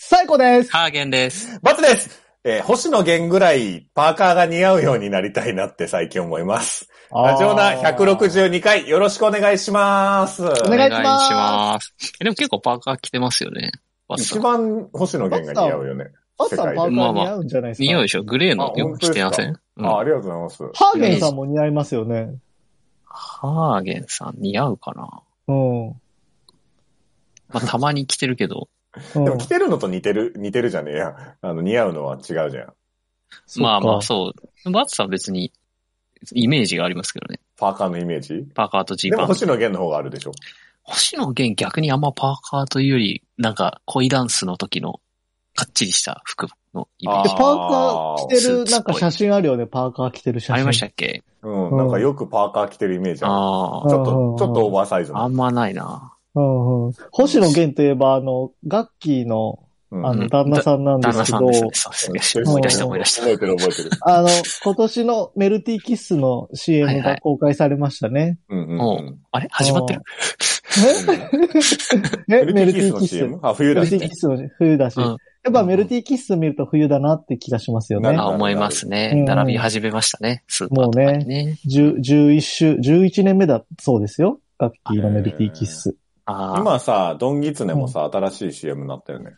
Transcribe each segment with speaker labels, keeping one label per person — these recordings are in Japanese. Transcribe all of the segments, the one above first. Speaker 1: 太鼓です。
Speaker 2: ハーゲンです。
Speaker 3: バツですえー星野源ぐらいパーカーが似合うようになりたいなって最近思います。ラジオナ
Speaker 1: あー。
Speaker 3: 162回よろしくお願いします。
Speaker 1: お願いします
Speaker 2: す。えでも結構パーカー着てますよね。バッ
Speaker 3: 一
Speaker 2: サ
Speaker 3: 番星野源が似合うよね。
Speaker 1: バッサンパーカー
Speaker 2: まあまあ
Speaker 1: 似合うんじゃないですか。
Speaker 2: 似合うでしょグレー
Speaker 3: あ
Speaker 2: のよく着てませんうん
Speaker 3: あありがとうございます。
Speaker 1: ハーゲンさんも似合いますよね。
Speaker 2: ハーゲンさん似合うかな
Speaker 1: うん。
Speaker 2: まあ、たまに着てるけど。
Speaker 1: うん
Speaker 3: でも着てるのと似てる、似てるじゃねえや。あの、似合うのは違うじゃん。
Speaker 1: そっ
Speaker 2: まあまあ、
Speaker 1: か
Speaker 2: そう。バッツさんは別に、イメージがありますけどね。
Speaker 3: パーカーのイメージ
Speaker 2: パーカーとジ
Speaker 3: で
Speaker 2: ーパ
Speaker 3: も
Speaker 2: ン。
Speaker 3: 星野源の方があるでしょ。
Speaker 2: 星野源逆にあんまパーカーというより、なんか恋ダンスの時のかっちりした服のイメー
Speaker 3: あ
Speaker 2: ジ
Speaker 1: で、
Speaker 3: ー
Speaker 1: パーカー着てる、
Speaker 2: スーツ
Speaker 1: な
Speaker 2: っ
Speaker 1: ん
Speaker 2: ぽ
Speaker 1: か
Speaker 2: い
Speaker 1: 写真あるよね、パーカー着てる写真。
Speaker 2: ありましたっけ
Speaker 3: うん、
Speaker 1: うん
Speaker 3: なんかよくパーカー着てるイメージあ
Speaker 2: あ
Speaker 3: る。ちょっと、
Speaker 1: う
Speaker 3: ち
Speaker 1: ん
Speaker 3: ょっとオーバーサイズ
Speaker 2: あ、あ
Speaker 3: の。
Speaker 2: んまないな。
Speaker 1: うんうん。星野源といえば、あの、ガッキーの、
Speaker 3: うん
Speaker 1: あ
Speaker 2: う
Speaker 1: の、
Speaker 2: ん
Speaker 1: 旦那さんなんで
Speaker 2: 旦
Speaker 1: す
Speaker 2: 那
Speaker 1: け
Speaker 2: さ
Speaker 1: ど
Speaker 2: ん、ですね。そうですね思い出した思い出した。
Speaker 3: 覚えてる覚えてる。
Speaker 1: あの、今年のメルティーキッスの CM
Speaker 2: はいは
Speaker 1: が
Speaker 2: い
Speaker 1: 公開されましたね。
Speaker 3: うんうん
Speaker 2: お
Speaker 3: うん。
Speaker 2: あれ始まってる
Speaker 1: えメルティ
Speaker 3: メルティーキス
Speaker 1: ー
Speaker 3: の
Speaker 1: キッス。
Speaker 3: CM? あ、冬
Speaker 1: メ
Speaker 3: だ
Speaker 1: ル
Speaker 3: し
Speaker 1: ティーキッスの冬だし。
Speaker 2: うん
Speaker 1: やっぱメルティーキッス見ると冬だなって気がしますよね。
Speaker 3: な
Speaker 2: あ
Speaker 3: る
Speaker 2: 思いますね。
Speaker 1: うん
Speaker 2: 並び始めましたね。スーパーとかにね。
Speaker 1: 10 11週、11年目だそうですよ。ガッキーのメルティーキッス。
Speaker 2: あー
Speaker 3: 今さ、ドンギツネもさ、新しい CM になったよね。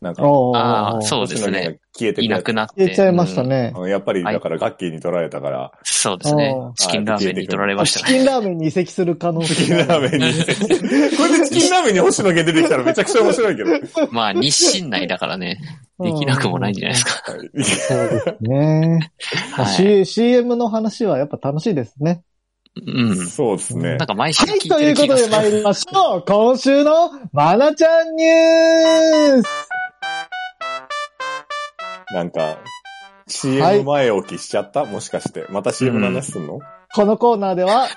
Speaker 3: なんか、
Speaker 1: おー
Speaker 2: あ
Speaker 1: おーお
Speaker 2: ー、
Speaker 1: ー
Speaker 2: そうです
Speaker 3: 星野源
Speaker 2: ね。
Speaker 3: が消えてく
Speaker 2: いなくなって。
Speaker 1: 消えちゃいましたね
Speaker 3: う。んやっぱり、だから、ガッキーに取られ たから、
Speaker 2: そうですね
Speaker 1: あー。
Speaker 2: チキンラーメンに取られまし
Speaker 1: チ
Speaker 2: たね。
Speaker 1: キンラーメンに移籍する可能
Speaker 3: チキン
Speaker 1: 性
Speaker 3: ラ
Speaker 1: があ
Speaker 3: ー
Speaker 1: る。
Speaker 3: メンに。これでチキンラーメンに星野源出てきたら めちゃくちゃ面白いけど。
Speaker 2: まあ、日清内だからね。できなくもないんじゃないですか。
Speaker 1: そうですね。
Speaker 2: はい。
Speaker 1: C- CM の話はやっぱ楽しいですね。
Speaker 2: うん。
Speaker 3: そうですね
Speaker 2: な。んか毎週
Speaker 1: は
Speaker 2: 聞い
Speaker 1: い、
Speaker 2: て
Speaker 1: とい
Speaker 2: る
Speaker 1: うこ
Speaker 2: 気
Speaker 1: と
Speaker 2: が
Speaker 1: です参
Speaker 2: る。
Speaker 1: りましょう今週のまなちゃんニュース
Speaker 3: なんか、
Speaker 1: はい
Speaker 3: CM 前置きしちゃったもしかして。また CM の話すんの
Speaker 1: このコーナーでは、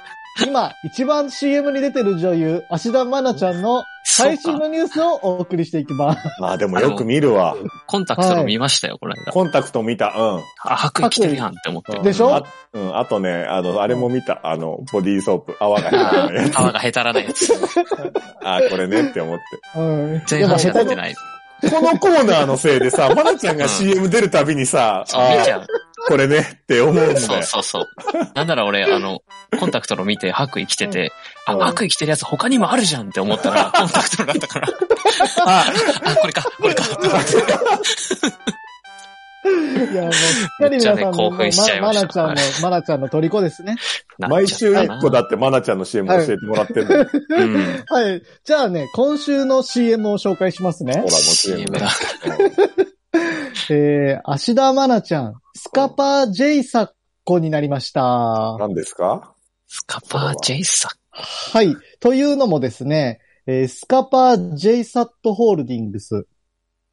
Speaker 1: 今一番 CM に出てる女優、芦田愛菜ちゃんの
Speaker 2: そ
Speaker 1: 最
Speaker 2: う
Speaker 1: 新
Speaker 2: か。
Speaker 1: のニュースをお送りしていきます。
Speaker 3: ああ、でもよく見るわ。
Speaker 2: コンタクトの見ましたよ、この間。
Speaker 3: コンタクト見た。うん。
Speaker 2: あ、白衣着てるやんって思って
Speaker 3: うん。
Speaker 1: でしょ
Speaker 3: あうん。あとね、あの、あれも見た。あの、ボディーソープ。泡が下手なやつ。
Speaker 2: 泡がへたらないやつ。
Speaker 3: あーこれねって思って。
Speaker 1: うん。
Speaker 2: 全然しか出て
Speaker 1: い。
Speaker 2: ない。
Speaker 3: このコーナーのせいで さ、まなちゃんが CM 出るたびにさ、
Speaker 2: そう
Speaker 3: あ
Speaker 2: 見ちゃ
Speaker 3: あ、
Speaker 2: う。
Speaker 3: これねって思うんだよ。
Speaker 2: そうそうそう。なんなら俺、あの、コンタクトの見て白衣着てて、あ、
Speaker 3: うん
Speaker 2: 白衣着てるやつ他にもあるじゃんって思ったら、コンタクトだったから。あ、あこれか、これか。
Speaker 1: いや、もう、すっかり皆さん
Speaker 2: めっちゃね興奮しちゃい
Speaker 1: ま
Speaker 2: まし
Speaker 1: な
Speaker 2: た
Speaker 1: ちゃんの、まなちゃんの虜ですね。
Speaker 3: 毎週
Speaker 2: なっちゃった
Speaker 3: 一
Speaker 2: な
Speaker 3: 個だってまなちゃんの CM 教えてもらってるの。 ほら、
Speaker 2: うん。
Speaker 1: はい。じゃあね、今週の CM を紹介しますね
Speaker 3: もう。
Speaker 2: CM だ。
Speaker 1: えー、芦田愛菜ちゃん、スカパー J 作子になりました。
Speaker 3: 何ですか
Speaker 2: スカパージェイさん。
Speaker 1: はい。というのもですね、えースカパー JSAT ホールディングス。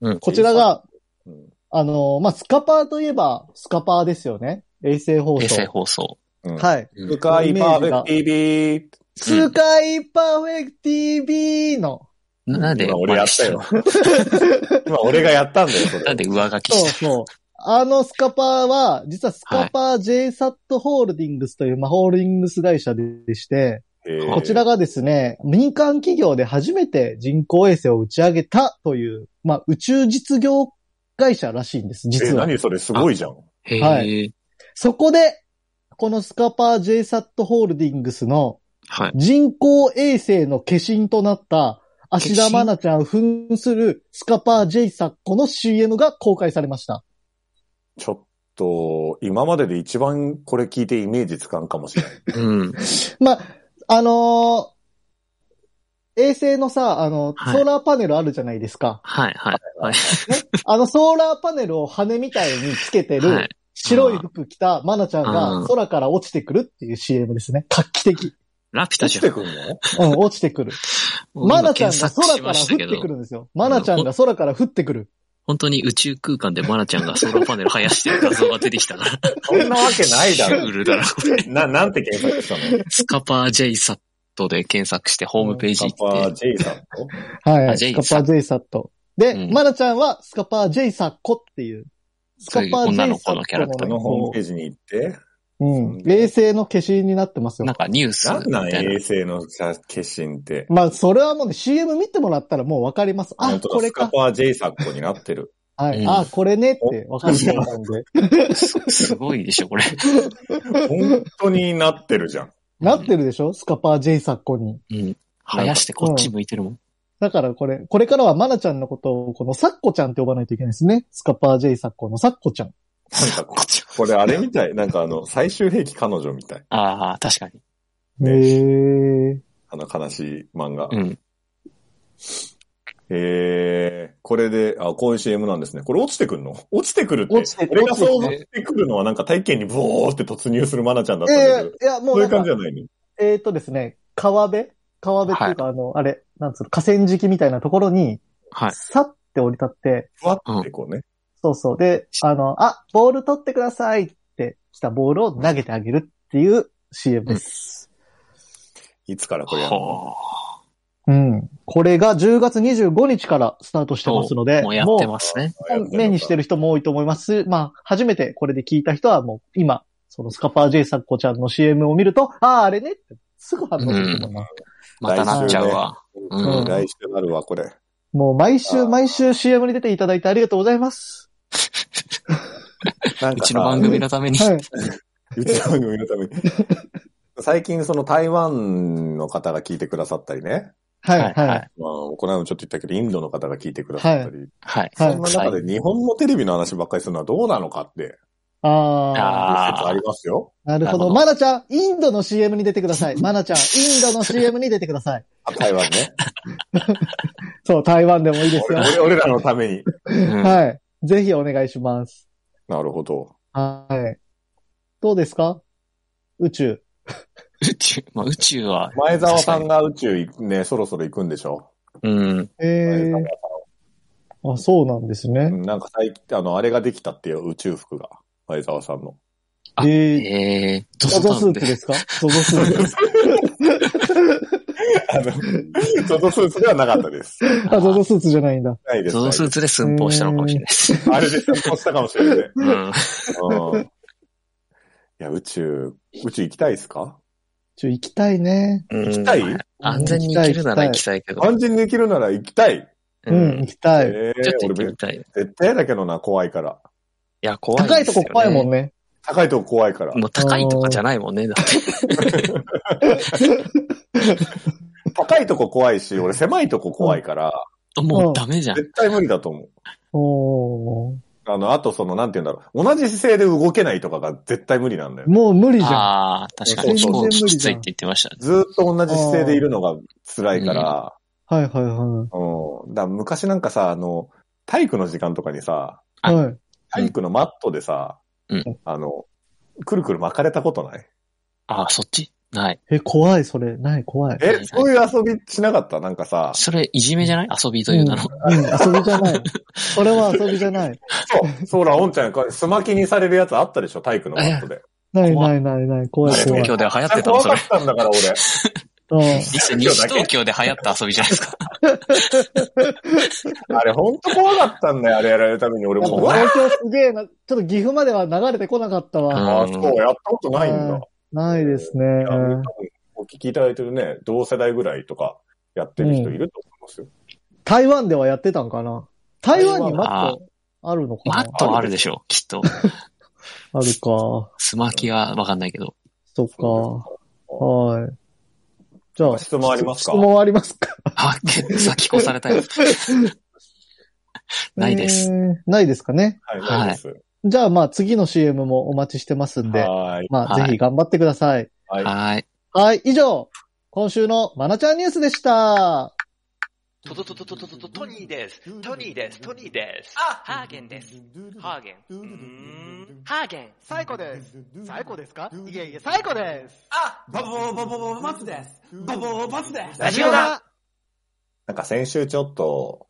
Speaker 2: うん
Speaker 1: こちらが、
Speaker 3: うん
Speaker 1: あのーまあ、スカパーといえば、スカパーですよね。衛星放送。
Speaker 2: 衛星放送。
Speaker 3: うん
Speaker 1: はい。
Speaker 2: うん
Speaker 3: 深いパーフェクト TV。
Speaker 1: スカイパーフェクト TV の、
Speaker 2: ななんで、
Speaker 3: 今俺やったよ
Speaker 2: 真似。
Speaker 3: 今俺がやったんだよ、そ
Speaker 2: た。なんで
Speaker 3: れ。
Speaker 2: 上書き
Speaker 1: そう
Speaker 2: した
Speaker 1: そう。あのスカパーは、実はスカパー JSAT ホールディングスという、まあ、ホールディングス会社でして、
Speaker 3: えー
Speaker 1: こちらがですね、民間企業で初めて人工衛星を打ち上げたという、まあ、宇宙実業会社らしいんです、
Speaker 3: え、
Speaker 1: 実は。
Speaker 3: 何それすごいじゃん。
Speaker 2: へ
Speaker 1: は
Speaker 2: え。
Speaker 1: そこで、このスカパー JSAT ホールディングスの
Speaker 2: はい。
Speaker 1: 人工衛星の化身となった、芦田
Speaker 2: 化身
Speaker 1: 愛菜ちゃんを扮するスカパー JSAT この CM が公開されました。
Speaker 3: ちょっと、今までで一番これ聞いてイメージつかんかもしれない。
Speaker 2: うん。
Speaker 1: まあ、あのー衛星のさ、あの、
Speaker 2: はい
Speaker 1: ソーラーパネルあるじゃないですか。
Speaker 2: はい、はい。はい。
Speaker 1: あのソーラーパネルを羽みたいにつけてる、
Speaker 2: はい
Speaker 1: 白い服着たマナちゃん
Speaker 2: う
Speaker 1: が
Speaker 2: ん
Speaker 1: 空から落ちてくるっていう CM ですね。画期 的。
Speaker 2: ラピュタ
Speaker 3: 出
Speaker 2: じ
Speaker 3: し
Speaker 2: ゃ
Speaker 3: て
Speaker 2: ん。
Speaker 3: くんの
Speaker 1: うん、落ちてくる。マナちゃんが空から降ってく
Speaker 2: る。
Speaker 1: るんですよ。マナちゃんが空から降ってくる。
Speaker 2: 本当に宇宙空間でマナちゃんがソーラーパネル生やしてる画像が出てきたから。
Speaker 3: そんなわけない だ
Speaker 2: シュー
Speaker 3: ろ。
Speaker 2: ルだな、これ。
Speaker 3: な、なんて検索したの
Speaker 2: スカパー J サットで検索してホームページ
Speaker 3: カ
Speaker 2: 行
Speaker 3: ッパ
Speaker 2: っ
Speaker 3: ー
Speaker 2: て。
Speaker 3: J さんと
Speaker 1: は
Speaker 2: あ
Speaker 1: い。
Speaker 2: ジェ
Speaker 1: ス
Speaker 2: イ
Speaker 1: カパー J サット。で、
Speaker 2: うん
Speaker 1: マナちゃんはスカパー J サッコっていう。スカ
Speaker 2: そう
Speaker 1: パ
Speaker 2: いう
Speaker 1: ー J
Speaker 2: 女の
Speaker 1: サ
Speaker 2: 子
Speaker 1: ッ
Speaker 2: の
Speaker 1: コ
Speaker 2: キャ
Speaker 1: の
Speaker 2: ラ
Speaker 1: ね
Speaker 2: クタ
Speaker 3: このホーム
Speaker 1: こ
Speaker 3: ページに行って、
Speaker 1: うん。衛星の化身になってますよ
Speaker 2: なん。かニュース
Speaker 3: なん
Speaker 2: み
Speaker 3: なん
Speaker 2: たい
Speaker 3: 衛
Speaker 2: な。
Speaker 3: 星の化身って。
Speaker 1: まあ、それはもうね、CM 見てもらったらもうわかります。あ、
Speaker 3: 本当だ
Speaker 1: これ
Speaker 3: スカ
Speaker 1: か。
Speaker 3: パー J サッコになってる。
Speaker 1: はい。
Speaker 2: うん
Speaker 1: あ、これねってわかると思うんで。
Speaker 2: すすごいでしょ、これ。
Speaker 3: 本当になってるじゃん。
Speaker 1: なってるでしょスカパー J さんこに。
Speaker 2: うん。生やしてこっち向いてるもん。
Speaker 1: だからこれ、これからはマナちゃんのことを、このサッコちゃんって呼ばないといけないですね。スカパー J さんこのサッコちゃん。
Speaker 3: なんか ここれあれみたい。なんかあの、最終兵器彼女みたい。
Speaker 2: ああ、確かに。
Speaker 1: へえ。
Speaker 3: あの悲しい漫画。
Speaker 2: うん。
Speaker 3: えー、これで、あ、こういう CM なんですね。これ落ちてくるの落ちてくるって。
Speaker 1: 落ちて
Speaker 3: 俺が
Speaker 1: 落ちて
Speaker 3: 想像してくるのはなんか体験にブオーって突入するマナちゃんだっ
Speaker 1: え
Speaker 3: たんだけ
Speaker 1: え
Speaker 3: ど、
Speaker 1: いや、も
Speaker 3: そう
Speaker 1: う
Speaker 3: い
Speaker 1: な
Speaker 3: うん感じじ
Speaker 1: か、
Speaker 3: ゃないの
Speaker 1: えっ、とですね、川辺川辺っていうか、あの、あれ、なんつうの、河川敷みたいなところに、
Speaker 2: はい。
Speaker 1: さって降り立って、
Speaker 3: ふわってこうね。
Speaker 1: そうそう。で、あの、あ、ボール取ってくださいって来たボールを投げてあげるっていう CM です。
Speaker 3: いつからこれやるの
Speaker 2: ほ
Speaker 1: うん。これが10月25日からスタートしてますので、
Speaker 2: う。もうやってますね。
Speaker 1: もう目にしてる人も多いと思いますし。まあ、初めてこれで聞いた人はもう今、そのスカパー J サッコちゃんの CM を見ると、ああ、あれねってすぐ反応すると思います。
Speaker 2: またなっちゃうわ。
Speaker 1: う
Speaker 2: うんん。
Speaker 3: 来週なるわ、これ。
Speaker 1: もう毎週毎週 CM に出ていただいてありがとうございます。
Speaker 3: なん
Speaker 2: う
Speaker 3: かさ
Speaker 2: ちの番組のために。
Speaker 1: はい。
Speaker 3: うちの番組のために。最近その台湾の方が聞いてくださったりね。
Speaker 1: はい、
Speaker 2: はい
Speaker 1: は
Speaker 2: はいい。
Speaker 3: まあ、この間もちょっと言ったけど、インドの方が聞いてくださった
Speaker 2: は
Speaker 3: り。
Speaker 2: い。
Speaker 1: はい
Speaker 3: そんな中で日本のテレビの話ばっかりするのはどうなのかって、
Speaker 1: ああ、
Speaker 3: 説
Speaker 2: あ
Speaker 3: あ
Speaker 2: あ
Speaker 3: り、ますよ。
Speaker 1: なるほ
Speaker 2: なるほ
Speaker 1: ど。
Speaker 2: ど
Speaker 1: マナちゃん、インドの CM に出てくだ さい。マナちゃん、インドの CM に出てください。
Speaker 3: あ台湾ね。
Speaker 1: そう、台湾でもいいですよ。
Speaker 3: 俺俺らのために。
Speaker 2: うん
Speaker 1: はい。ぜひお願いします。
Speaker 3: なるほど。
Speaker 1: はい。どうですか宇宙。
Speaker 2: 宇宙、まあ宇宙は、
Speaker 3: 前澤さんが宇宙行くね、そろそろ行くんでしょ。
Speaker 2: うん。
Speaker 1: ええ
Speaker 3: 前
Speaker 1: あ、そうなんですね。
Speaker 3: うんなんか最近、あの、あれができたっていう宇宙服が、前澤さんの。
Speaker 2: あ
Speaker 1: ええ
Speaker 2: ええ、
Speaker 1: ゾゾスー
Speaker 2: で
Speaker 1: ツですかゾゾスーツ。
Speaker 3: あの、 ゾゾスーツではなかったです。
Speaker 1: あ、ゾゾスーツじゃないんだ。
Speaker 3: ない です。
Speaker 2: ゾゾスーツで寸法したのかもしれないです。
Speaker 3: あれで成功したかもしれない。うん。い
Speaker 2: うん。
Speaker 3: や、宇宙、宇宙行きたいですか
Speaker 1: ちょ、行きたいね。
Speaker 2: 行
Speaker 3: きたい
Speaker 2: 安全に行けるなら行きたいけど。
Speaker 3: 安心できるなら行きたい。
Speaker 1: う、
Speaker 2: うん
Speaker 1: 行
Speaker 2: ん
Speaker 1: きた
Speaker 3: え
Speaker 1: い。
Speaker 3: え
Speaker 2: ちょっと行って
Speaker 3: 俺
Speaker 2: みたい。い
Speaker 3: 絶対だけどな、怖いから。
Speaker 2: や、怖い。
Speaker 1: 高いとこ怖いもん。ね。
Speaker 3: 高いとこ怖いから。
Speaker 2: もう高いとかじゃないもんね。だって。
Speaker 3: 高いとこ怖いし、俺狭いとこ怖いから、
Speaker 2: もうダメじゃん。
Speaker 3: 絶対無理だと思う。
Speaker 1: おー
Speaker 3: あの、あとその、なんて言うんだろう。同じ姿勢で動けないとかが絶対無理なんだよ。
Speaker 1: もう無理じゃん。
Speaker 2: ああ、確かに。
Speaker 3: 全
Speaker 2: 飛
Speaker 3: 然
Speaker 1: 無理じゃ
Speaker 2: 行
Speaker 1: ん
Speaker 2: 機きついって言ってましたね。
Speaker 3: ずーっと同じ姿勢でいるのが辛いから、
Speaker 1: はいはいは
Speaker 3: うん。だから昔なんかさ、あの、体育の時間とかにさ、
Speaker 2: あ
Speaker 1: い。はい。
Speaker 3: 体育のマットでさ、
Speaker 2: うん
Speaker 3: あの、くるくる巻かれたことない
Speaker 2: ああ、そっちない。
Speaker 1: え、怖い、それ。ない、怖い。
Speaker 3: え、そういう遊びしなかったなんかさ、
Speaker 2: それ、いじめじゃない遊びという名の。
Speaker 1: うん、遊びじゃ ない。それは遊びじゃない。
Speaker 3: そう、そうら、おんちゃん、これすまきにされるやつあったでしょ体育のマットで。
Speaker 1: ない
Speaker 2: 怖
Speaker 1: ないないない、怖い怖
Speaker 2: 東
Speaker 1: い。
Speaker 2: 京で流行っ
Speaker 3: あ
Speaker 2: て
Speaker 3: れ
Speaker 2: たの
Speaker 3: 怖
Speaker 2: そ
Speaker 3: か
Speaker 2: れ
Speaker 3: っ。たんだから、俺。
Speaker 1: うん
Speaker 2: 西東京で流行った遊びじゃないですか。
Speaker 3: あれ、ほんと怖かったんだよ、あれやられるために。俺
Speaker 1: やっ
Speaker 3: も、
Speaker 1: ぱ
Speaker 3: わ
Speaker 1: 東京すげえな。ちょっと岐阜までは流れてこなかったわ。
Speaker 3: あ、そう、やったことないん
Speaker 1: う
Speaker 3: だ
Speaker 1: ん。ないですね。
Speaker 3: いや多分お聞きいただいてるね、同世代ぐらいとかやってる人いると思いますよ。
Speaker 1: 台湾ではやってたんかな台湾にマットあるのかな
Speaker 2: マットはあるでしょう、きっと。
Speaker 1: あるか。
Speaker 2: スマキはわかんないけど。
Speaker 1: そっか。はい。じゃあ、
Speaker 3: 質問ありますか
Speaker 1: 質問ありますか
Speaker 2: あ、先越された よ。ないで
Speaker 1: え
Speaker 2: す。
Speaker 1: ーないですかね。
Speaker 3: はい、
Speaker 2: はい
Speaker 3: ないです。
Speaker 1: じゃあまあ次の CM もお待ちしてますんで、
Speaker 3: はい。
Speaker 1: まあ
Speaker 2: はい
Speaker 1: ぜひ頑張ってください。
Speaker 3: はい。
Speaker 2: はい。
Speaker 1: はい、以上、今週のまなちゃんニュースでした。
Speaker 4: トトトトトトトトトニーです。トニーです。トニーです。
Speaker 5: あ、ハーゲンです。ハーゲン。うーんハーゲン。
Speaker 6: 最高です。最高ですかいえいえ、最高です。
Speaker 5: あ、バボーバボーバスです。バボーバスです。
Speaker 4: ラジオだ
Speaker 3: なんか先週ちょっと、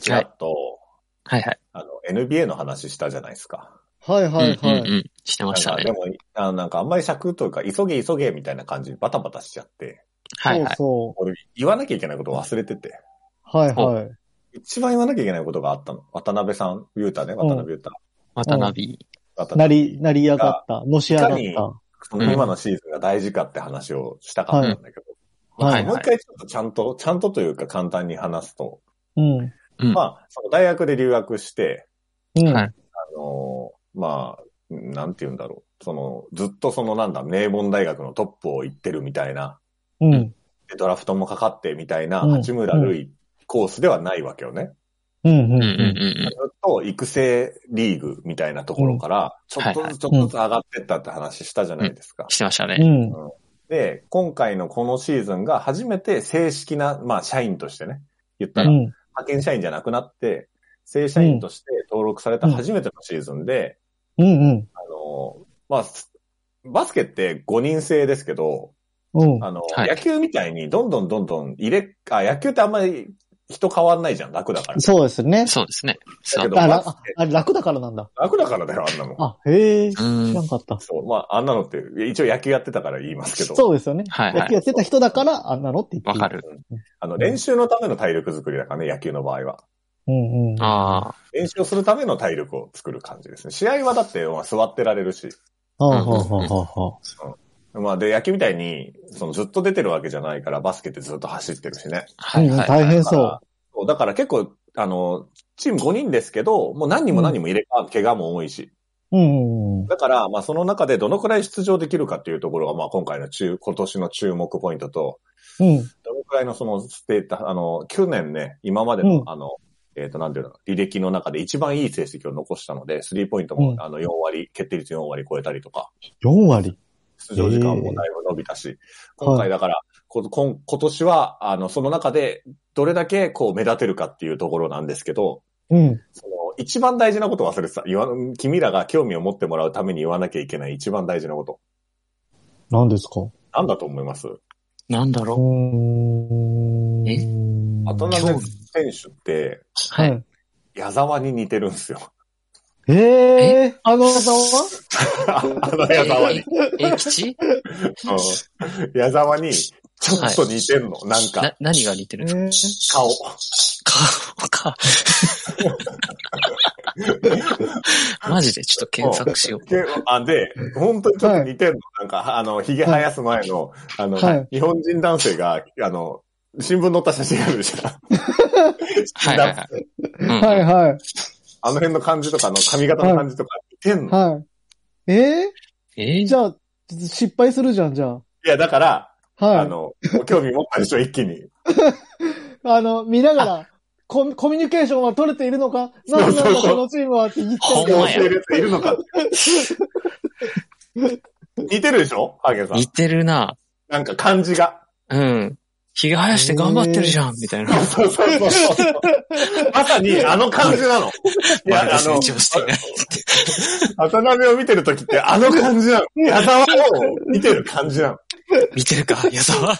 Speaker 3: ちらっと、
Speaker 2: はいはい。
Speaker 3: あの、NBA の話したじゃないですか。
Speaker 1: はいはい
Speaker 2: うんうん
Speaker 1: はい。
Speaker 2: うん。してまし
Speaker 3: な
Speaker 2: た
Speaker 3: んか
Speaker 2: ね
Speaker 3: で。もあ、なんかあんまり尺というか、急げ急げみたいな感じにバタバタしちゃって、
Speaker 2: はいはい。
Speaker 1: そう
Speaker 3: 俺言わなきゃいけないことを忘れてて、
Speaker 1: そう。はいはい。
Speaker 3: 一番言わなきゃいけないことがあったの。渡辺さん、ユータね、渡辺ユータ。
Speaker 2: 渡辺。
Speaker 3: だった
Speaker 1: なり、なりやがった、のし上がっ
Speaker 3: いか
Speaker 1: た。
Speaker 3: その今のシーズンが大事かって話をしたかったんだけど、
Speaker 1: は
Speaker 2: はい
Speaker 1: い。
Speaker 3: もう一回ちょっとちゃんと、ちゃんとというか簡単に話すと、
Speaker 1: うん。
Speaker 2: うん
Speaker 3: まあ、その大学で留学して、
Speaker 1: うん。
Speaker 2: はい
Speaker 3: あのーまあ、なんて言うんだろう。その、ずっとそのなんだ、名門大学のトップを行ってるみたいな、
Speaker 1: うん。
Speaker 3: でドラフトもかかってみたいな、
Speaker 1: うん
Speaker 3: 八村塁コースではないわけよね。
Speaker 1: うん。
Speaker 2: う
Speaker 1: うん
Speaker 2: うん
Speaker 1: ん。
Speaker 2: うん
Speaker 3: ずっと育成リーグみたいなところから、ちょっとずつちょっとずつ上がってったって話したじゃないですか。
Speaker 2: してました
Speaker 1: う
Speaker 2: ね。
Speaker 1: ん。
Speaker 3: で、今回のこのシーズンが初めて正式な、まあ社員としてね、言った
Speaker 1: う
Speaker 3: ら、
Speaker 1: ん。
Speaker 3: 派遣社員じゃなくなって、正社員として登録された初めてのシーズンで、
Speaker 1: うん。
Speaker 3: あの、まあ、すバスケって5人制ですけど、
Speaker 1: うん。
Speaker 3: あの、
Speaker 2: はい
Speaker 3: 野球みたいにどんどんどんどん入れ、あ、野球ってあんまり人変わんないじゃん、楽だから。
Speaker 1: そうですね。
Speaker 2: そうですね。
Speaker 3: だけど
Speaker 1: あ、
Speaker 3: バ
Speaker 1: ら
Speaker 3: スケ、
Speaker 1: あ楽だからなんだ。
Speaker 3: 楽だからだよ、あんなの。
Speaker 1: あ、へえ。知
Speaker 2: うん
Speaker 1: らんかった。
Speaker 3: そう、まあ、あんなのって、一応野球やってたから言いますけど、
Speaker 1: そうですよね。
Speaker 2: はい
Speaker 1: 野
Speaker 2: は
Speaker 1: 球
Speaker 2: い。
Speaker 1: やってた人だから、あんなのって言って。
Speaker 2: わか。る。
Speaker 3: あの、練習のための体力作りだからね、野球の場合は。
Speaker 1: うんうん。
Speaker 2: ああ。
Speaker 3: 練習をするための体力を作る感じですね。試合はだって、まあ、座ってられるし、
Speaker 1: はあはあはあはあ。
Speaker 3: まあ、で、野球みたいに、そのずっと出てるわけじゃないから、バスケってずっと走ってるしね。
Speaker 2: はいはいはい。
Speaker 1: 大変
Speaker 3: だ
Speaker 1: そ
Speaker 3: か
Speaker 1: う
Speaker 3: ら。そう。だから結構、あの、チーム5人ですけど、もう何人も何人も入れ替わる、怪我も多いし。
Speaker 1: うんうん。
Speaker 3: だから、まあその中でどのくらい出場できるかっていうところが、まあ今回の中、今年の注目ポイントと、
Speaker 1: うん。
Speaker 3: どのくらいのそのステータ、あの、去年ね、今までの、
Speaker 1: うん
Speaker 3: あの、えっ、と、なんていうの、履歴の中で一番いい成績を残したので、スリーポイントも、
Speaker 1: うん
Speaker 3: あの、4割、決定率4割超えたりとか、
Speaker 1: 4割。
Speaker 3: 出場時間もだいぶ伸びたし、今回だから、こ今今年は、あの、その中で、どれだけこう目立てるかっていうところなんですけど、
Speaker 1: うん。
Speaker 3: その、一番大事なこと忘れてた。言わ、君らが興味を持ってもらうために言わなきゃいけない一番大事なこと。
Speaker 1: 何ですかう
Speaker 3: なんだと思います
Speaker 2: なんだ
Speaker 1: ー
Speaker 2: ろ
Speaker 1: ん。
Speaker 2: え
Speaker 3: 渡辺選手って、
Speaker 2: う。
Speaker 1: は
Speaker 2: はい。
Speaker 1: い。
Speaker 3: 矢沢に似てるんですよ。
Speaker 1: ええあの技は
Speaker 3: あの矢沢 に。
Speaker 2: え、吉
Speaker 3: うん矢沢に、ちょっと似てんの。なん
Speaker 2: な
Speaker 3: か、、
Speaker 2: 何が似てるんですか
Speaker 1: え
Speaker 2: 顔
Speaker 3: 顔。
Speaker 2: か。マジでちょっと検索しよう。
Speaker 3: けあで、本当にちょっと似てんの。なんか、あの、髭生やす前の、あの、
Speaker 1: はい
Speaker 3: 日本人男性が、あの、新聞載った写真あるじゃ
Speaker 2: は
Speaker 3: ん。
Speaker 2: いはいはい。うん
Speaker 1: えはいはい。
Speaker 3: あの辺の感じとか、あの髪型の感じとか似てんの。
Speaker 1: はい。え
Speaker 2: え
Speaker 1: え
Speaker 2: ー
Speaker 1: じゃあ、失敗するじゃん、じゃあ。
Speaker 3: いや、だから、
Speaker 1: はい。
Speaker 3: あの、興味持ったでしょ、一気に。
Speaker 1: あの、見ながら、コミコミュニケーションは取れているのか
Speaker 3: そ
Speaker 1: な
Speaker 3: うん
Speaker 1: な
Speaker 3: そうん
Speaker 1: だ
Speaker 3: そう
Speaker 1: このチームはって言って
Speaker 2: ほん
Speaker 1: る
Speaker 2: ま
Speaker 3: 教
Speaker 2: や
Speaker 3: えるやついる のか。似てるでしょハゲさん
Speaker 2: 似。てるな。
Speaker 3: なんか感じが。
Speaker 2: うん。ひげ生やして頑張ってるじゃん、みたいな。
Speaker 3: そうそうそうそう。まさに、あの感じなの。い
Speaker 2: ま
Speaker 3: や、
Speaker 2: だ
Speaker 3: あの
Speaker 2: 成、長していない。
Speaker 3: 渡辺を見てるときって、あの感じなの。矢沢を見てる感じな
Speaker 2: 見てるか、矢沢。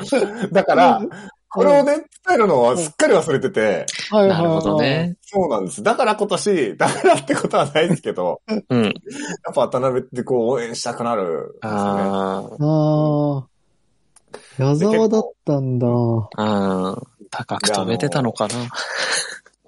Speaker 3: の。だから、これをね、伝えるのはすっかり忘れてて、
Speaker 1: はいはい
Speaker 2: なるほど。ね。
Speaker 3: そうなんです。だから今年、だからってことはないですけど、
Speaker 2: うん。
Speaker 3: やっぱ渡辺ってこう応援したくなるんですよね、
Speaker 2: あ
Speaker 1: あ
Speaker 2: ー
Speaker 1: あ。矢沢だったんだ。
Speaker 2: あー、高く飛べてたのかな。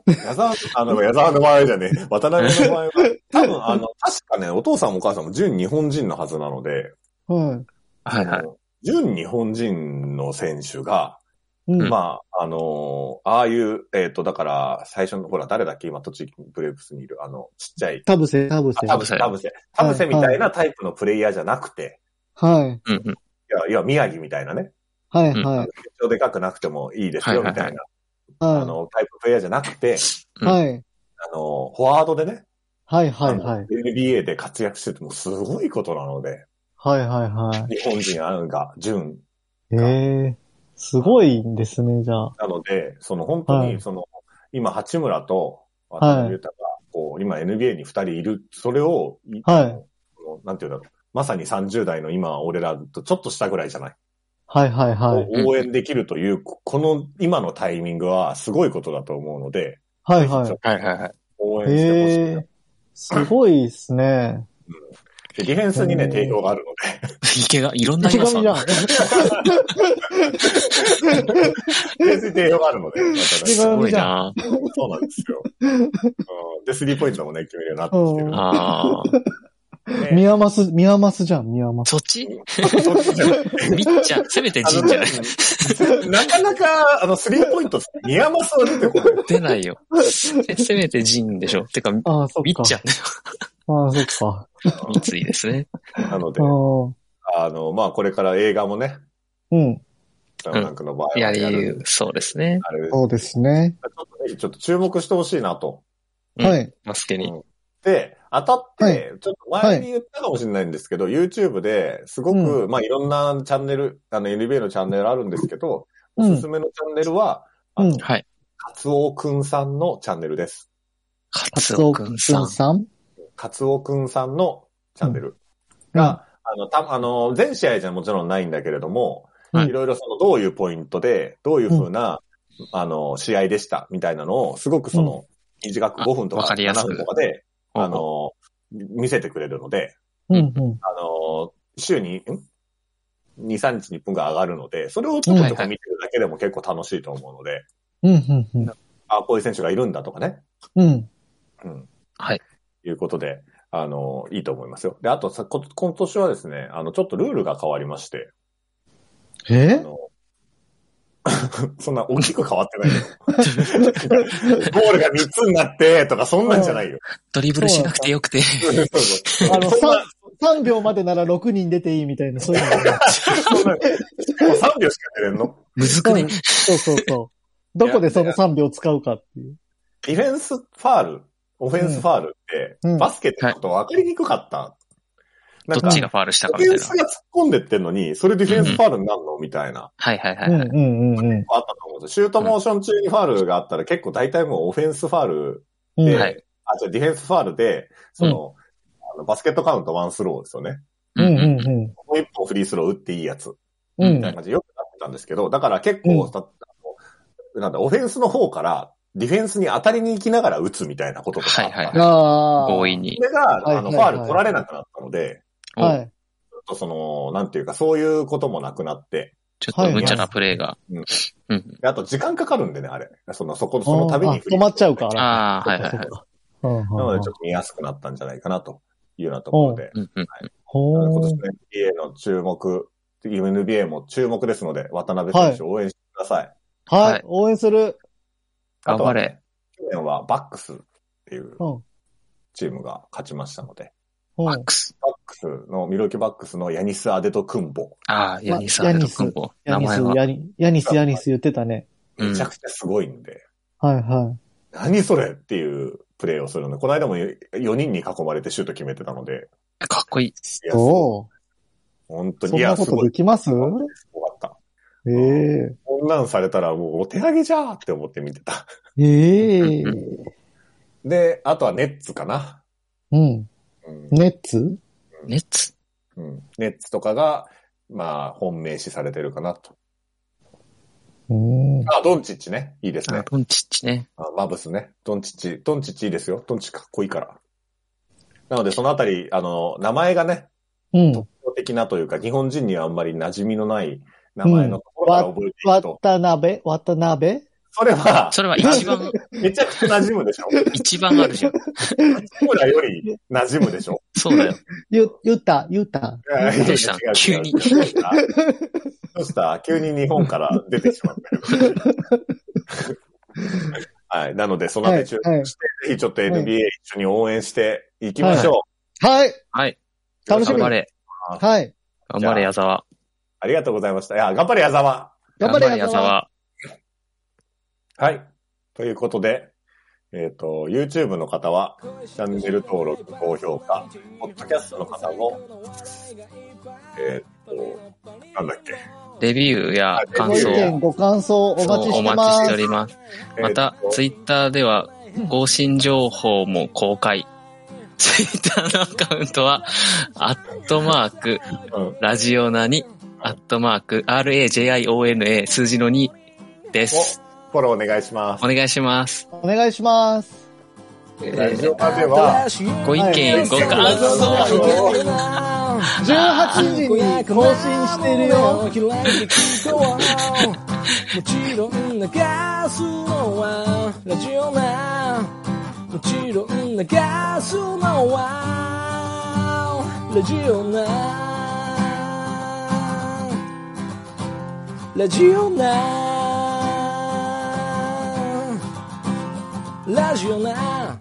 Speaker 3: 矢沢、あの、矢沢の場合じゃねえ、渡辺の場合は、多分あの、確かね、お父さんもお母さんも純日本人のはずなので、
Speaker 1: は
Speaker 2: はいはい。
Speaker 3: 純日本人の選手が、
Speaker 1: い。うん。
Speaker 3: まあ、あのああいう、えっ、と、だから、最初の、ほら、誰だっけ今、栃木ブレーブスにいる、あの、ちっちゃい、
Speaker 1: 田臥、田臥。
Speaker 3: あ田臥、田臥、田臥みたいなタイプのプレイヤーじゃなくて、
Speaker 1: はい。
Speaker 2: うんうん。
Speaker 3: いや、いや、宮城みたいなね、
Speaker 1: はい
Speaker 2: うん
Speaker 1: はい。
Speaker 3: 一応でかくなくてもいいです
Speaker 2: は
Speaker 3: よ、
Speaker 2: いは
Speaker 3: み
Speaker 2: いはい
Speaker 3: たいな、あ
Speaker 1: は
Speaker 3: の、タイププレイヤーじゃなくて、
Speaker 1: い。はい。
Speaker 3: あの、フォワードでね、
Speaker 1: はいはいはい。
Speaker 3: NBA で活躍しててもすごいことなので、
Speaker 1: はいはいは
Speaker 3: 日本人あるが、純。
Speaker 1: い。ええ。すごいんですね、じゃあ。
Speaker 3: なので、その本当
Speaker 1: はい
Speaker 3: に、その、今、八村と渡辺豊が、こう、今 NBA に二人いる、それを、い
Speaker 1: はい
Speaker 3: そのなんていうんだろう。まさに30代の今、俺らとちょっとしたぐらいじゃない。
Speaker 1: はいはいはい。
Speaker 3: を応援できるという、ここの今のタイミングはすごいことだと思うので、
Speaker 1: はいはい。
Speaker 2: はいはいはい。
Speaker 3: 応援してほしい
Speaker 1: え
Speaker 3: な
Speaker 1: え。すごいですね。
Speaker 3: で、ディフェンスにね、定評があるので。
Speaker 2: 池が、いろんな
Speaker 1: 池
Speaker 2: 要素
Speaker 1: 上
Speaker 2: あ
Speaker 1: じ
Speaker 2: る
Speaker 1: ゃん
Speaker 2: な。。
Speaker 3: ディフェンスに定評があるの で。
Speaker 1: 池
Speaker 2: すご
Speaker 1: 上
Speaker 2: い
Speaker 1: じゃん。
Speaker 2: な
Speaker 3: そうなんですよ。うんで、スリーポイントもね、決めるようになって
Speaker 2: ああ。
Speaker 3: きてる。ね
Speaker 1: 宮益、宮益じゃん、宮益。
Speaker 2: そっ ち
Speaker 3: そっちじゃない
Speaker 2: みっちゃん、せめてじんじゃない
Speaker 3: なかなか、あの、スリーポイント、ニアマスは出てこない。
Speaker 2: 出ないよ。せせめてじんでしょ。てか、み
Speaker 1: ああ、そっ
Speaker 2: っ
Speaker 1: か。
Speaker 2: ちゃん、
Speaker 1: ああ、そっか。
Speaker 2: 三井ですね。
Speaker 3: なので
Speaker 1: あ、ー
Speaker 3: あの、まあ、これから映画もね、
Speaker 1: うん。
Speaker 3: ダムランクの場合は
Speaker 2: や
Speaker 3: やる
Speaker 2: り、そうですね。
Speaker 3: あれです
Speaker 1: そうですね。
Speaker 3: ちょっとね、ちょっと注目してほしいなと。
Speaker 2: うん
Speaker 1: はい。
Speaker 2: バスケに。
Speaker 3: で、当たって、
Speaker 1: は
Speaker 3: ちょっと前に言ったかもしれないんですけど、YouTube ですごく、まあいろんなチャンネル、あの NBA のチャンネルあるんですけど、
Speaker 1: う
Speaker 3: お
Speaker 1: ん
Speaker 3: すすめのチャンネルは、
Speaker 1: うん。
Speaker 2: はい。
Speaker 3: カツオくんさんのチャンネルです。
Speaker 2: カ
Speaker 1: カ
Speaker 2: ツ
Speaker 1: ツ
Speaker 2: オ
Speaker 1: オ
Speaker 2: く
Speaker 1: く
Speaker 2: ん
Speaker 1: ん
Speaker 2: さん。
Speaker 1: さん
Speaker 3: カツオくんさんのチャンネル
Speaker 1: が
Speaker 3: が、、あの、た、あの、全試合じゃもちろんないんだけれども、
Speaker 2: はい
Speaker 3: いろいろその、どういうポイントで、どういうふうな、あの、試合でした、みたいなのを、すごくその、短く
Speaker 2: あ
Speaker 3: 5分と
Speaker 2: わ
Speaker 3: か
Speaker 2: かりやす
Speaker 3: 7
Speaker 2: く
Speaker 3: 分とかで、
Speaker 2: ほう
Speaker 3: あの、見せてくれるので、
Speaker 1: うん、うん。
Speaker 3: あの、週に、ん ?2、3日に1分が上がるので、それをちょこちょこ見てるだけでも結構楽しいと思うので、
Speaker 1: うん、うん、うん。
Speaker 3: あ、こういう選手がいるんだとかね。
Speaker 1: うん。
Speaker 3: うん。
Speaker 2: はい。
Speaker 3: いうことで、あの、いいと思いますよ。で、あとさ、こ今年はですね、あの、ちょっとルールが変わりまして、あ
Speaker 1: え
Speaker 3: の、そんな大きく変わってないよ。 ゴールが3つになって、とか、そんなんじ ゃないよ。
Speaker 2: ドリブルしなくてよくて。
Speaker 3: そうそう
Speaker 1: あの、三三秒までなら6人出ていいみたいな、そういうの。
Speaker 3: そんなもう3秒しか出れんの
Speaker 2: むずくね。
Speaker 1: そうそうそう。どこでその3秒使うかっていう。
Speaker 3: ディフェンスファール、オフェンスファールって、
Speaker 1: うん
Speaker 3: バスケってこと分かりにくかった。なん
Speaker 2: ど
Speaker 3: か
Speaker 2: っ、ちがファールした
Speaker 3: オ
Speaker 2: か
Speaker 3: フ
Speaker 2: み
Speaker 3: ェ
Speaker 2: たい
Speaker 3: ン
Speaker 2: な
Speaker 3: ス。が突っ込んでってんのに、それディフェンスファールになるのみたいな、
Speaker 2: はいはいは
Speaker 1: う
Speaker 2: い
Speaker 1: ん
Speaker 2: は
Speaker 1: う
Speaker 2: い。
Speaker 1: んうんう
Speaker 3: あったと思うんですよシュートモーション中にファールがあったら結構大体もうオフェンスファール
Speaker 1: ん。
Speaker 3: で、
Speaker 1: うん
Speaker 2: はい
Speaker 3: あ、じゃあディフェンスファールで、その、あのバスケットカウントワンスローですよね。
Speaker 1: うん
Speaker 2: うんうん。
Speaker 1: うん
Speaker 3: もう一本フリースロー打っていいやつ。
Speaker 1: うん。う。
Speaker 3: みたいなん感じでよくなってたんですけど、だから結構、
Speaker 1: うん
Speaker 3: たあのなんだ、オフェンスの方から、ディフェンスに当たりに行きながら打つみたいなこととかあった。
Speaker 2: はいはい
Speaker 1: ああ。
Speaker 2: 強引に
Speaker 3: そ。れが、
Speaker 1: はい
Speaker 3: あの、
Speaker 1: はい
Speaker 3: ファ
Speaker 1: は
Speaker 3: ー
Speaker 1: い
Speaker 3: ル取られなくなったので、
Speaker 2: お
Speaker 1: はい。
Speaker 3: ちょっとその、なんていうか、そういうこともなくなって、
Speaker 2: ちょっと無茶なプレイが。うん。
Speaker 3: であと時間かかるんでね、あれ。その、そこ、そのため
Speaker 1: あ
Speaker 3: に
Speaker 1: ー。止まっちゃうから。
Speaker 2: ああ、はいはい
Speaker 1: そう
Speaker 2: は
Speaker 1: か
Speaker 2: い。
Speaker 1: そう
Speaker 3: な
Speaker 1: か。
Speaker 3: の
Speaker 1: うんうんう
Speaker 3: で、
Speaker 1: ん
Speaker 3: ちょっと見やすくなったんじゃないかな、というようなところで、
Speaker 2: うんうん。
Speaker 3: あの
Speaker 1: ほ
Speaker 3: 今
Speaker 1: ー
Speaker 3: 年の NBA の注目、NBA も注目ですので、渡辺選手を応援してください。
Speaker 1: は
Speaker 2: はい
Speaker 1: い。応援する。
Speaker 3: あ
Speaker 2: 頑
Speaker 3: と
Speaker 2: 張
Speaker 3: は
Speaker 2: れ。
Speaker 3: 去年はバックスっていう
Speaker 1: うん。
Speaker 3: チームが勝ちましたので、
Speaker 1: う
Speaker 2: マ
Speaker 1: ん
Speaker 2: ッ。クス。
Speaker 3: バックスの、ミロキバックスのヤニス・アデト・クンボ。
Speaker 2: ああ、ヤニス・アデトクンボ。
Speaker 1: ヤ
Speaker 2: 名
Speaker 1: ニス
Speaker 2: 前、は。
Speaker 1: ヤニヤニス、ヤニス言ってたね。
Speaker 2: うん
Speaker 3: めちゃくちゃすごいんで、
Speaker 1: はいは
Speaker 3: 何それっていうプレーをするので、この間も4人に囲まれてシュート決めてたので、
Speaker 2: かっこいい。
Speaker 3: い
Speaker 1: い。
Speaker 3: や、
Speaker 1: そ
Speaker 3: 本当
Speaker 1: う。
Speaker 3: に、
Speaker 1: そん
Speaker 3: いや、
Speaker 1: な
Speaker 3: す
Speaker 1: こと
Speaker 3: ご
Speaker 1: で
Speaker 3: い、
Speaker 1: きます
Speaker 3: すごかった。
Speaker 1: ええ。
Speaker 3: こんなんされたらもうお手上げじゃーって思って見てた。
Speaker 1: ええ。
Speaker 3: で、あとはネッツかな。
Speaker 1: うん。
Speaker 3: うん
Speaker 1: ネッツ
Speaker 2: ネッツ。
Speaker 3: うんネッツとかが、まあ、本命視されてるかなと。
Speaker 1: うん。
Speaker 3: あ、ドンチッチね。いいです
Speaker 2: あ
Speaker 3: ね。
Speaker 2: ドンチッチね。
Speaker 3: あマブスね。ドンチッチ。ドンチッチいいですよ。ドンチッチかっこいいから。なので、そのあたり、あの、名前がね、
Speaker 1: うん。
Speaker 3: 特徴的なというか、日本人にはあんまり馴染みのない名前のところから覚えていくと、
Speaker 1: 渡辺渡辺
Speaker 3: それは、
Speaker 2: それは一 番、
Speaker 3: めちゃくちゃ馴染むでしょ。
Speaker 2: 一番あるじゃん。
Speaker 3: 八村より馴染むでしょ。
Speaker 2: そうだよ。
Speaker 1: ゆ、ゆた、ゆた。
Speaker 3: いやいやいや
Speaker 2: どうした
Speaker 3: 違 う違う
Speaker 2: 急に
Speaker 3: どうしたどうした急に日本から出てしまったよ。 はい。なので、その辺注目して、ぜひちょっと NBA 一緒に応援していきましょう。
Speaker 1: はい
Speaker 2: はい。
Speaker 1: 楽し
Speaker 2: 頑
Speaker 1: み
Speaker 2: 張。れ。
Speaker 1: はい。
Speaker 2: 頑張れ、矢沢。
Speaker 3: ありがとうございました。いや、頑張れ、矢沢。
Speaker 1: 頑張れ、
Speaker 2: 矢
Speaker 1: 矢沢。
Speaker 2: 沢。
Speaker 3: はい。ということで、えっ、と、YouTube の方は、チャンネル登録、高評価、ポッドキャストの方も、えっ、と、なんだっけ。
Speaker 2: レビューや感
Speaker 1: ご意
Speaker 2: 想
Speaker 1: 見、ご感想、お待ちし
Speaker 2: をお
Speaker 1: てま
Speaker 2: 待ちして
Speaker 1: す。
Speaker 2: おります。
Speaker 3: えー
Speaker 2: また、ツイッターでは更新情報も公開。ツイッターのアカウントは、アットマーク、
Speaker 3: うん
Speaker 2: ラジオナに、アットマーク、RAJIONA 数字の2です。
Speaker 3: おフォローお願いします。
Speaker 2: お願いします。
Speaker 1: お願いします。
Speaker 3: ラジオカでは、
Speaker 2: ご意見、ご感想。
Speaker 1: 18時に更新してるよ。
Speaker 7: もちろん流すのはラジオなもちろん流すのはラジオなラジオなラジオな